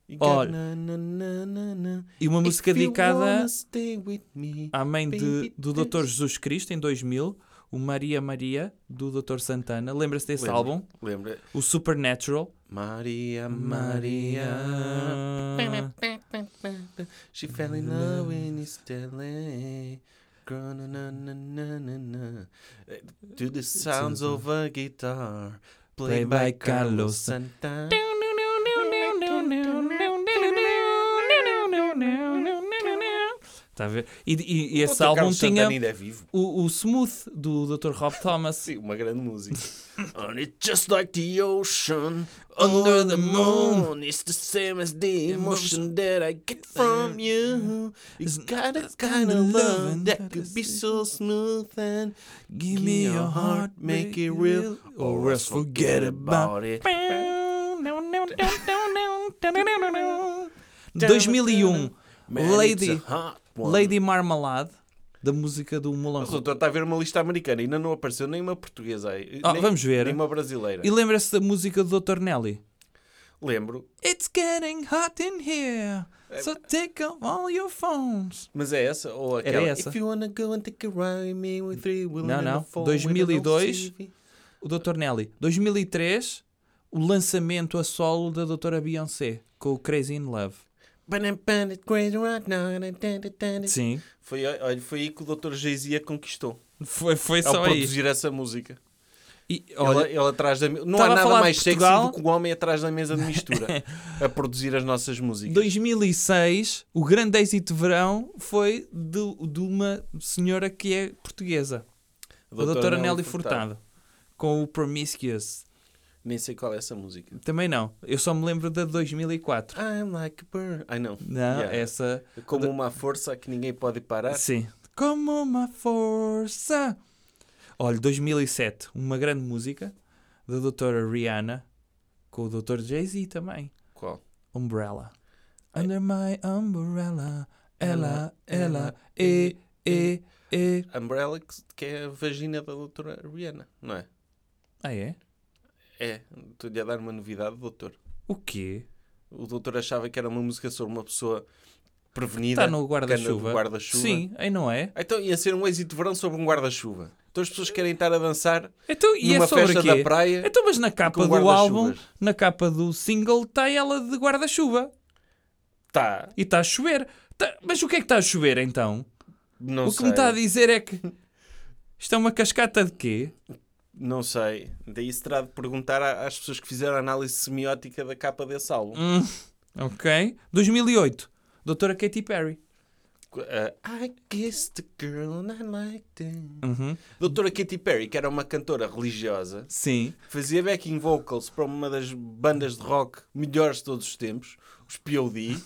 S2: You
S3: Olha.
S2: got na, na, na, na, na.
S3: e uma
S2: If
S3: música
S2: you
S3: dedicada
S2: wanna stay with me.
S3: à mãe de,
S2: baby,
S3: do Dr. Jesus Cristo em 2000, o Maria Maria do Dr. Santana. Lembra-se desse
S2: Lembro.
S3: álbum?
S2: Lembra?
S3: O Supernatural.
S2: Maria, Maria. She fell in love in East LA. Gonna Na, na, na, na, na. Eh, To the sounds of a guitar. Played by Carlos Santana.
S3: Tá a ver? E, e- e esse
S2: Puta,
S3: álbum
S2: Carlos
S3: tinha
S2: Santana ainda é vivo.
S3: o, o Smooth do Dr. Rob Thomas.
S2: Sim, uma grande música. <laughs> And it's just like the ocean
S3: Under
S2: under the
S3: the moon.
S2: moon. It's the same as the emotion that I get from you. It's got a kind of love that could be so smooth and
S3: Give me your heart, make it real, or else forget about
S2: it.
S3: 2001 Lady, Lady Marmalade da música do Moulin
S2: Mas
S3: Rouge.
S2: está tá a ver uma lista americana, ainda não apareceu nenhuma portuguesa aí.
S3: Ah,
S2: nem-
S3: vamos ver.
S2: Nem uma brasileira.
S3: E lembra-se da música do Dr. Nelly?
S2: Lembro,
S3: It's getting hot in here, so take off all your phones.
S2: mas é essa ou
S3: Era
S2: aquela?
S3: essa.
S2: If you wanna go and take a ride with me with three wheels
S3: Não,
S2: and
S3: não.
S2: a four
S3: 2002.
S2: wheels.
S3: O Dr. Nelly. 2003, o lançamento a solo da Dra. Beyoncé com o Crazy in Love.
S2: But I'm bad at grade right now, and I did it, did it.
S3: Sim.
S2: Foi, olha, foi aí que o Dr. Jay-Z a conquistou
S3: Foi, foi
S2: ao
S3: É só aí.
S2: produzir essa música.
S3: E,
S2: Ela,
S3: olha,
S2: ela atrás da me- Não
S3: Estava a
S2: há nada
S3: falar de
S2: mais sexy
S3: Portugal.
S2: do que um homem atrás da mesa de
S3: <laughs>
S2: mistura a produzir as nossas músicas.
S3: 2006, o grande êxito de verão foi de, de uma senhora que é portuguesa, a
S2: Dra.
S3: doutora Nelly Furtado, com o Promiscuous.
S2: Nem sei qual é essa música.
S3: Também não, eu só me lembro da de 2004.
S2: I'm like a bird. Ai não.
S3: Não, é
S2: Yeah. É
S3: essa.
S2: Como uma força que ninguém pode parar.
S3: Sim. Como uma força. Olha, 2007, uma grande música da doutora Rihanna, com o doutor Jay-Z também.
S2: Qual?
S3: Umbrella. Under my umbrella, É. ela, ela,
S2: Ela,
S3: e, e, e.
S2: Umbrella, que- que é a vagina da doutora Rihanna, não é?
S3: Ah, é?
S2: É. Estou-lhe a dar uma novidade, doutor.
S3: O quê?
S2: O doutor achava que era uma música sobre uma pessoa prevenida.
S3: Está Tá é no
S2: que anda de
S3: guarda-chuva.
S2: guarda-chuva.
S3: Sim, aí não é?
S2: Então ia ser um êxito de verão sobre um guarda-chuva. Então as pessoas querem estar a dançar
S3: Então, e
S2: numa
S3: é sobre
S2: festa
S3: quê?
S2: da praia.
S3: Então, mas na capa
S2: com
S3: do álbum,
S2: guarda-chuvas.
S3: na capa do single, está ela de guarda-chuva.
S2: Tá,
S3: E está a chover. Tá- Mas o que é que está a chover então?
S2: não
S3: o que
S2: sei.
S3: me está a dizer é que. Isto é uma cascata de quê?
S2: Não sei. Daí se terá de perguntar à- às pessoas que fizeram a análise semiótica da capa desse álbum.
S3: Hum, ok. 2008. Doutora Katy Perry.
S2: Uh, I kissed a girl and I liked it.
S3: Uhum.
S2: Doutora Katy Perry, que era uma cantora religiosa,
S3: Sim.
S2: fazia backing vocals para uma das bandas de rock melhores de todos os tempos, os
S3: <laughs>
S2: P.O.D.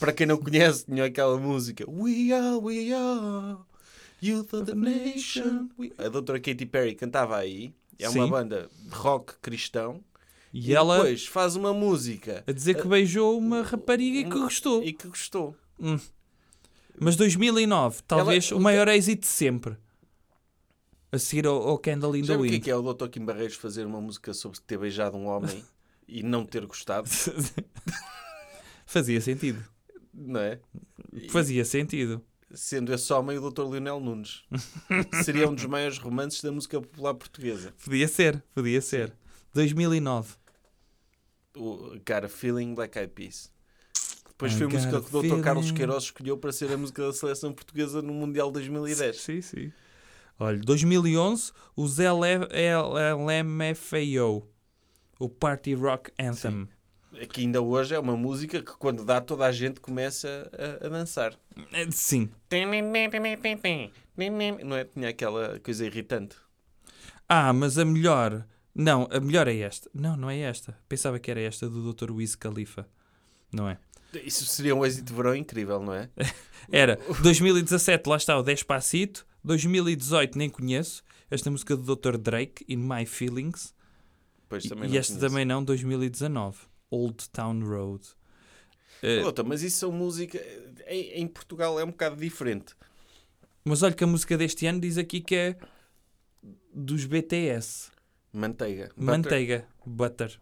S2: para quem não conhece, tinha aquela música We are, we are, youth of the nation. We- A doutora Katy Perry cantava aí. É uma
S3: Sim.
S2: banda de rock cristão.
S3: E, ela
S2: depois faz uma música
S3: a dizer que beijou uma rapariga e que gostou.
S2: um, e que gostou.
S3: Mas 2009, talvez
S2: Ela- é
S3: o maior êxito de sempre. A seguir ao, ao Candle in the
S2: Sabe o que é,
S3: Wind.
S2: que é o Dr. Kim Barreiros fazer uma música sobre ter beijado um
S3: <laughs>
S2: homem e não ter gostado?
S3: Fazia sentido.
S2: Não é? E-
S3: Fazia sentido.
S2: sendo esse homem o Dr. Leonel
S3: <laughs>
S2: Nunes. Seria um dos maiores romances da música popular portuguesa.
S3: Podia ser, podia ser. 2009.
S2: O cara Feeling Black Eyed Peas. Depois
S3: I
S2: foi a
S3: got
S2: música
S3: a
S2: que o Dr. Carlos
S3: feeling.
S2: Queiroz escolheu para ser a música da seleção portuguesa no Mundial 2010.
S3: Sim, sim. Olha, 2011, os LF é LMFAO. O Party Rock Anthem.
S2: Aqui ainda hoje é uma música que quando dá toda a gente começa a, a dançar.
S3: Eh, Sim.
S2: Não é? Tinha aquela coisa irritante.
S3: Ah, mas a melhor. Não, a melhor é esta. Não, não é esta. Pensava que era esta do Dr. Wiz Khalifa. Não é?
S2: Isso seria um êxito de verão incrível, não é?
S3: Era 2017, lá está o Despacito. 2018, nem conheço. Esta música do Dr. Drake, In My Feelings.
S2: Pois
S3: E-
S2: também
S3: e
S2: não
S3: esta
S2: conheço.
S3: também não, 2019. Old Town Road. Eh,
S2: Doutor, mas isso são música. eh, Em, em Portugal é um bocado diferente.
S3: Mas olha que a música deste ano diz aqui que é dos BTS.
S2: Manteiga. Butter.
S3: Manteiga. Butter.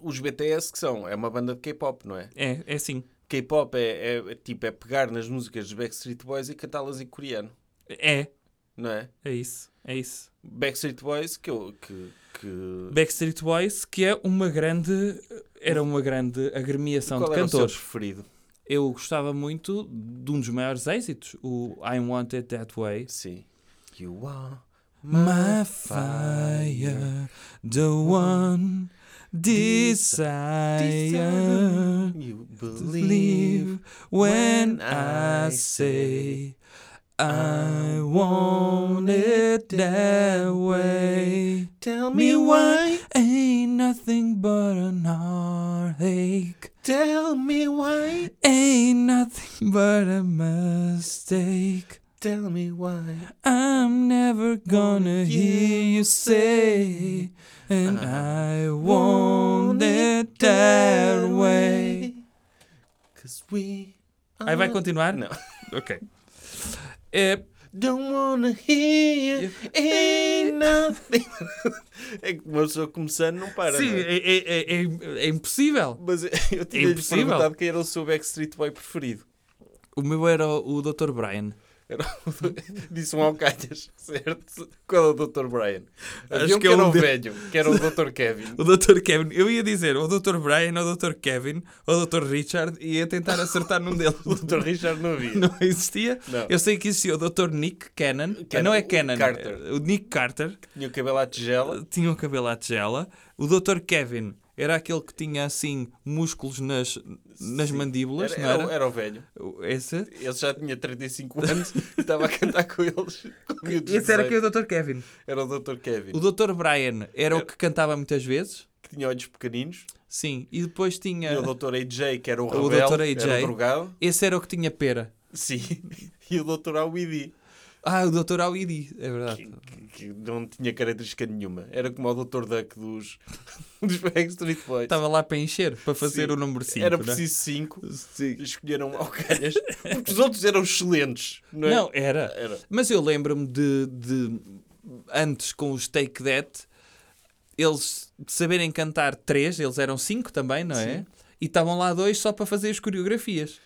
S2: Os BTS que são, é uma banda de K-pop, não é?
S3: É, é assim.
S2: K-pop é, é, tipo é pegar nas músicas dos Backstreet Boys e cantá-las em coreano,
S3: É.
S2: não é?
S3: É isso. É isso.
S2: Backstreet Boys que eu que, que...
S3: Backstreet Boys, que é uma grande... Era uma grande agremiação
S2: qual
S3: de
S2: era o seu
S3: cantores.
S2: preferido?
S3: Eu gostava muito de um dos maiores êxitos, o I Want It That Way.
S2: Sim. You are
S3: My fire, The one desire.
S2: You
S3: Leave when I say I want it that way.
S2: Tell
S3: Me why ain't nothing but an heartache.
S2: Tell me why.
S3: Ain't nothing <laughs> but a mistake.
S2: Tell me why.
S3: I'm never gonna hear you say, and I want it that way.
S2: Cause we.
S3: Aí vai continuar?
S2: Não.
S3: <laughs> Ok. É,
S2: Don't wanna hear you. Ain't nothing. <laughs> é que uma pessoa começando não para.
S3: sim,
S2: não é?
S3: é, é- é- é- é impossível.
S2: Mas <laughs> eu tinha lhe
S3: impossível.
S2: perguntado quem era o seu Backstreet Boy preferido.
S3: O meu era o Dr. Brian.
S2: Era o... Disse um Alcalhas, <laughs> certo? Qual é o Dr. Brian?
S3: Acho
S2: Havia um
S3: que
S2: que
S3: é
S2: era
S3: um
S2: o
S3: de-
S2: velho, que era o Dr. Kevin.
S3: <laughs> O Dr. Kevin. Eu ia dizer o Dr. Brian, o Dr. Kevin, o Dr. Richard e ia tentar acertar num <laughs> deles.
S2: O Dr. Richard não havia.
S3: Não existia.
S2: Não.
S3: Eu sei que existia o Dr. Nick Cannon.
S2: Cannon.
S3: Não é
S2: O
S3: Cannon.
S2: Carter.
S3: é O Nick Carter.
S2: Tinha o cabelo à tigela.
S3: Tinha o cabelo à tigela. O Dr. Kevin era aquele que tinha assim músculos nas, nas mandíbulas,
S2: Era,
S3: não era?
S2: era o- era o velho.
S3: Esse,
S2: Ele já tinha 35 anos e estava a cantar com eles. com miúdos de
S3: esse era
S2: 18.
S3: que é o Dr. Kevin.
S2: Era o Dr. Kevin,
S3: O Dr. Brian era o que cantava muitas vezes.
S2: que tinha olhos pequeninos.
S3: Sim. E depois tinha.
S2: E o Dr. AJ, que era o
S3: É. O
S2: rebelde,
S3: Dr. AJ.
S2: era o drogado.
S3: Esse era o que tinha pera.
S2: Sim. <laughs> E o Dr. Alwidi,
S3: Ah, o Dr. Alidi, é verdade.
S2: que, que não tinha característica nenhuma. Era como o Dr. Duck dos, <laughs> dos Backstreet Boys.
S3: Estava lá para encher, para fazer
S2: Sim.
S3: o número né? 5.
S2: era preciso 5.
S3: Sim. <laughs>
S2: Escolheram ao calhas. Porque os outros eram excelentes. Não, é?
S3: Não, era.
S2: Era.
S3: Mas eu lembro-me de, de antes com os Take That, eles saberem cantar três, eles eram cinco também, não é? E estavam lá dois só para fazer as coreografias.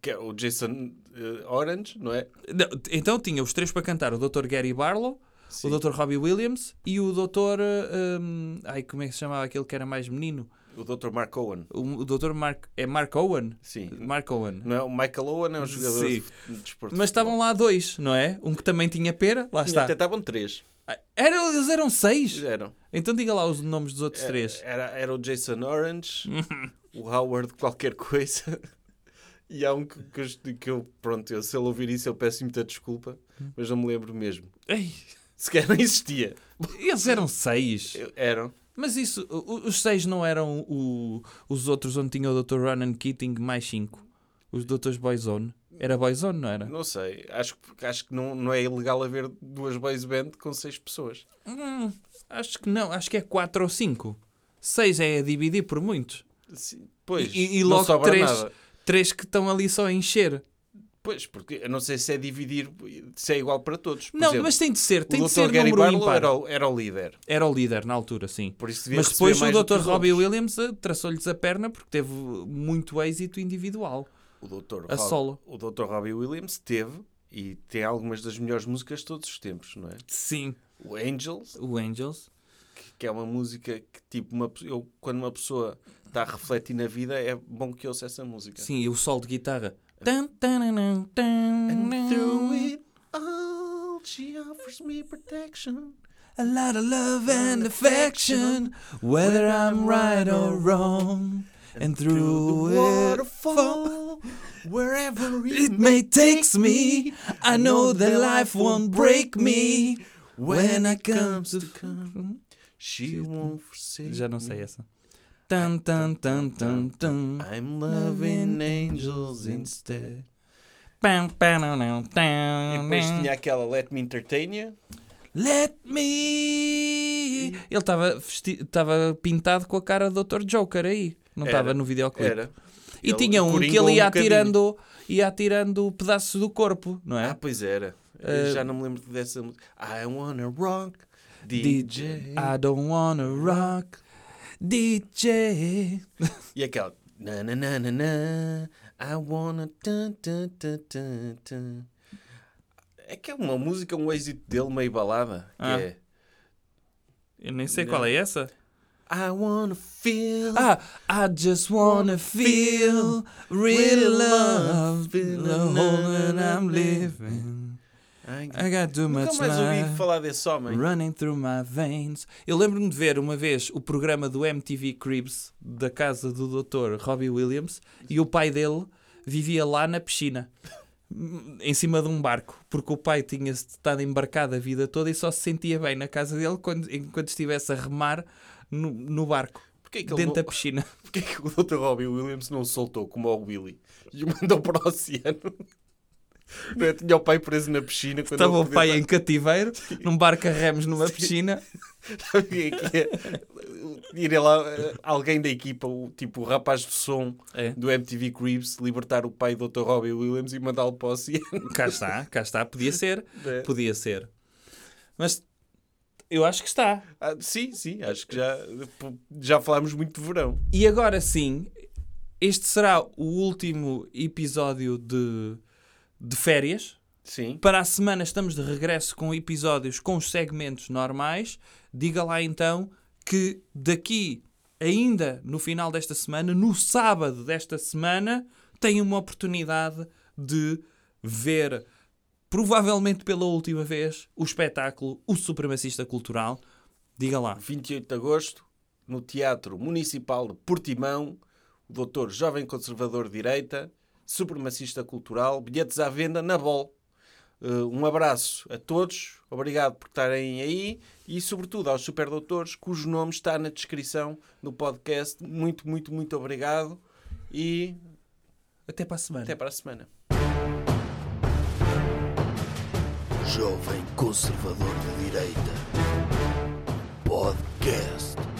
S2: Que é o Jason eh, Orange, não é?
S3: Não, t- então tinha os três para cantar: o Dr. Gary Barlow,
S2: Sim.
S3: o Dr. Robbie Williams e o Dr. eh, hum, ai, como é que se chamava aquele que era mais menino?
S2: O Dr. Mark Owen.
S3: O, o Dr. Mark. É Mark Owen?
S2: Sim.
S3: Mark Owen.
S2: Não é? O Michael Owen é um jogador
S3: Sim.
S2: de de desporto.
S3: Mas estavam lá dois, não é? Um que também tinha pera, lá
S2: Até
S3: está.
S2: estavam três.
S3: Ah, Era, eles eram seis.
S2: Eram.
S3: Então diga lá os nomes dos outros três.
S2: Era, era o Jason Orange, o Howard qualquer coisa. <laughs> E há um que, que eu- que eu, pronto, eu, se ele ouvir isso eu peço muita desculpa, mas não me lembro mesmo.
S3: Ei,
S2: Sequer não existia.
S3: eles eram seis.
S2: Eu- Eram.
S3: Mas isso, o- os seis não eram o- os outros onde tinha o Dr. Ronan Keating mais cinco. Os Drs. Boyzone. Era Boyzone, não era?
S2: Não sei. Acho, que- acho que não, não é ilegal haver duas boys band com seis pessoas.
S3: Hum, acho que não. Acho que é quatro ou cinco. Seis é a dividir por muitos.
S2: Sim, Assim, Pois,
S3: E- e- e
S2: não
S3: logo
S2: sobra
S3: três.
S2: nada.
S3: Três que estão ali só a encher.
S2: Pois, porque eu não sei se é dividir, se é igual para todos. Por
S3: não,
S2: exemplo,
S3: mas tem de ser. Tem
S2: o
S3: de
S2: Dr.
S3: ser
S2: Gary
S3: número
S2: Barlow
S3: ímpar.
S2: era o- era o líder.
S3: Era o líder na altura, sim.
S2: Por isso devia
S3: Mas
S2: receber
S3: depois o
S2: mais do que
S3: Dr.
S2: os
S3: Robbie
S2: outros.
S3: Williams eh, traçou-lhes a perna porque teve muito êxito individual.
S2: O Dr.
S3: a
S2: Rob-
S3: solo.
S2: O Dr. Robbie Williams teve e tem algumas das melhores músicas de todos os tempos, não é?
S3: Sim.
S2: O Angels,
S3: O Angels.
S2: que é uma música que, tipo, uma, pe- eu, quando uma pessoa está a refletir na vida, é bom que ouça essa música.
S3: Sim, e o solo de guitarra. Tan, tananã, tan,
S2: And through
S3: nan.
S2: it all, she offers me protection.
S3: A lot of love and affection, whether I'm right or wrong. And through
S2: the
S3: it
S2: waterfall, wherever it,
S3: It may takes me. I know that life won't break me. When I comes to come.
S2: she won't forsake
S3: Já não sei essa. Tan, tan, tan, tan, tan.
S2: I'm loving angels instead.
S3: Pam, pam, não, não,
S2: E
S3: tam,
S2: depois
S3: tam.
S2: tinha aquela Let Me Entertain You.
S3: Let me. Ele estava vesti... estava pintado com a cara do Dr. Joker aí. Não
S2: Era.
S3: estava no videoclipe.
S2: Era.
S3: E
S2: Ele
S3: tinha um que
S2: coringou
S3: ele ia
S2: um bocadinho.
S3: atirando, ia atirando pedaços do corpo, não é?
S2: Ah, pois era.
S3: Eh,
S2: Eu Já não me lembro dessa música. I wanna rock DJ.
S3: I don't wanna rock. DJ.
S2: E aquela. Na, na, na, na, na, I wanna. Tan, tan, tan, tan, tan. É que é uma música, um êxito dele meio balada. Que
S3: Ah.
S2: é.
S3: Eu nem sei
S2: Não.
S3: qual é essa.
S2: I wanna feel.
S3: Ah, I just wanna feel real love. The whole that I'm living.
S2: Ai,
S3: I got too
S2: nunca
S3: much
S2: mais ouvi
S3: love.
S2: falar desse homem.
S3: Running through my veins. Eu lembro-me de ver uma vez o programa do MTV Cribs da casa do Dr. Robbie Williams e o pai dele vivia lá na piscina, em cima de um barco, porque o pai tinha estado embarcado a vida toda e só se sentia bem na casa dele quando, enquanto estivesse a remar no, no barco,
S2: Porquê é que, ele
S3: dentro
S2: não...
S3: da piscina.
S2: Porquê é que o Dr. Robbie Williams não o soltou como ao Willy e o <laughs> mandou para o oceano? Não é? Tinha o pai preso na piscina. quando
S3: Estava
S2: ele
S3: o
S2: podia
S3: pai
S2: estar-
S3: em cativeiro,
S2: <laughs>
S3: num barco a remos numa piscina.
S2: Sabia que é? Iria lá eh, alguém da equipa, o, tipo o rapaz de som
S3: É.
S2: do MTV Creeps, libertar o pai do Dr. Robbie Williams e mandá-lo para o oceano.
S3: Cá está, cá está, podia ser,
S2: né?
S3: podia ser. Mas eu acho que está.
S2: Ah, <laughs> sim, sim, acho que já, eh, já falámos muito de verão.
S3: E agora sim, este será o último episódio de, de férias.
S2: Sim.
S3: Para a semana estamos de regresso com episódios com os segmentos normais. Diga lá então que daqui, ainda no final desta semana, no sábado desta semana, tem uma oportunidade de ver, provavelmente pela última vez, o espetáculo O Supremacista Cultural. Diga lá.
S2: 28 de agosto, no Teatro Municipal de Portimão, o doutor Jovem Conservador de Direita, supremacista cultural, bilhetes à venda na BOL. Eh, um abraço a todos, obrigado por estarem aí e, sobretudo, aos superdoutores, cujo nome está na descrição do podcast. Muito, muito, muito obrigado e
S3: Até para a semana.
S2: até para a semana.
S1: Jovem Conservador de Direita. Podcast.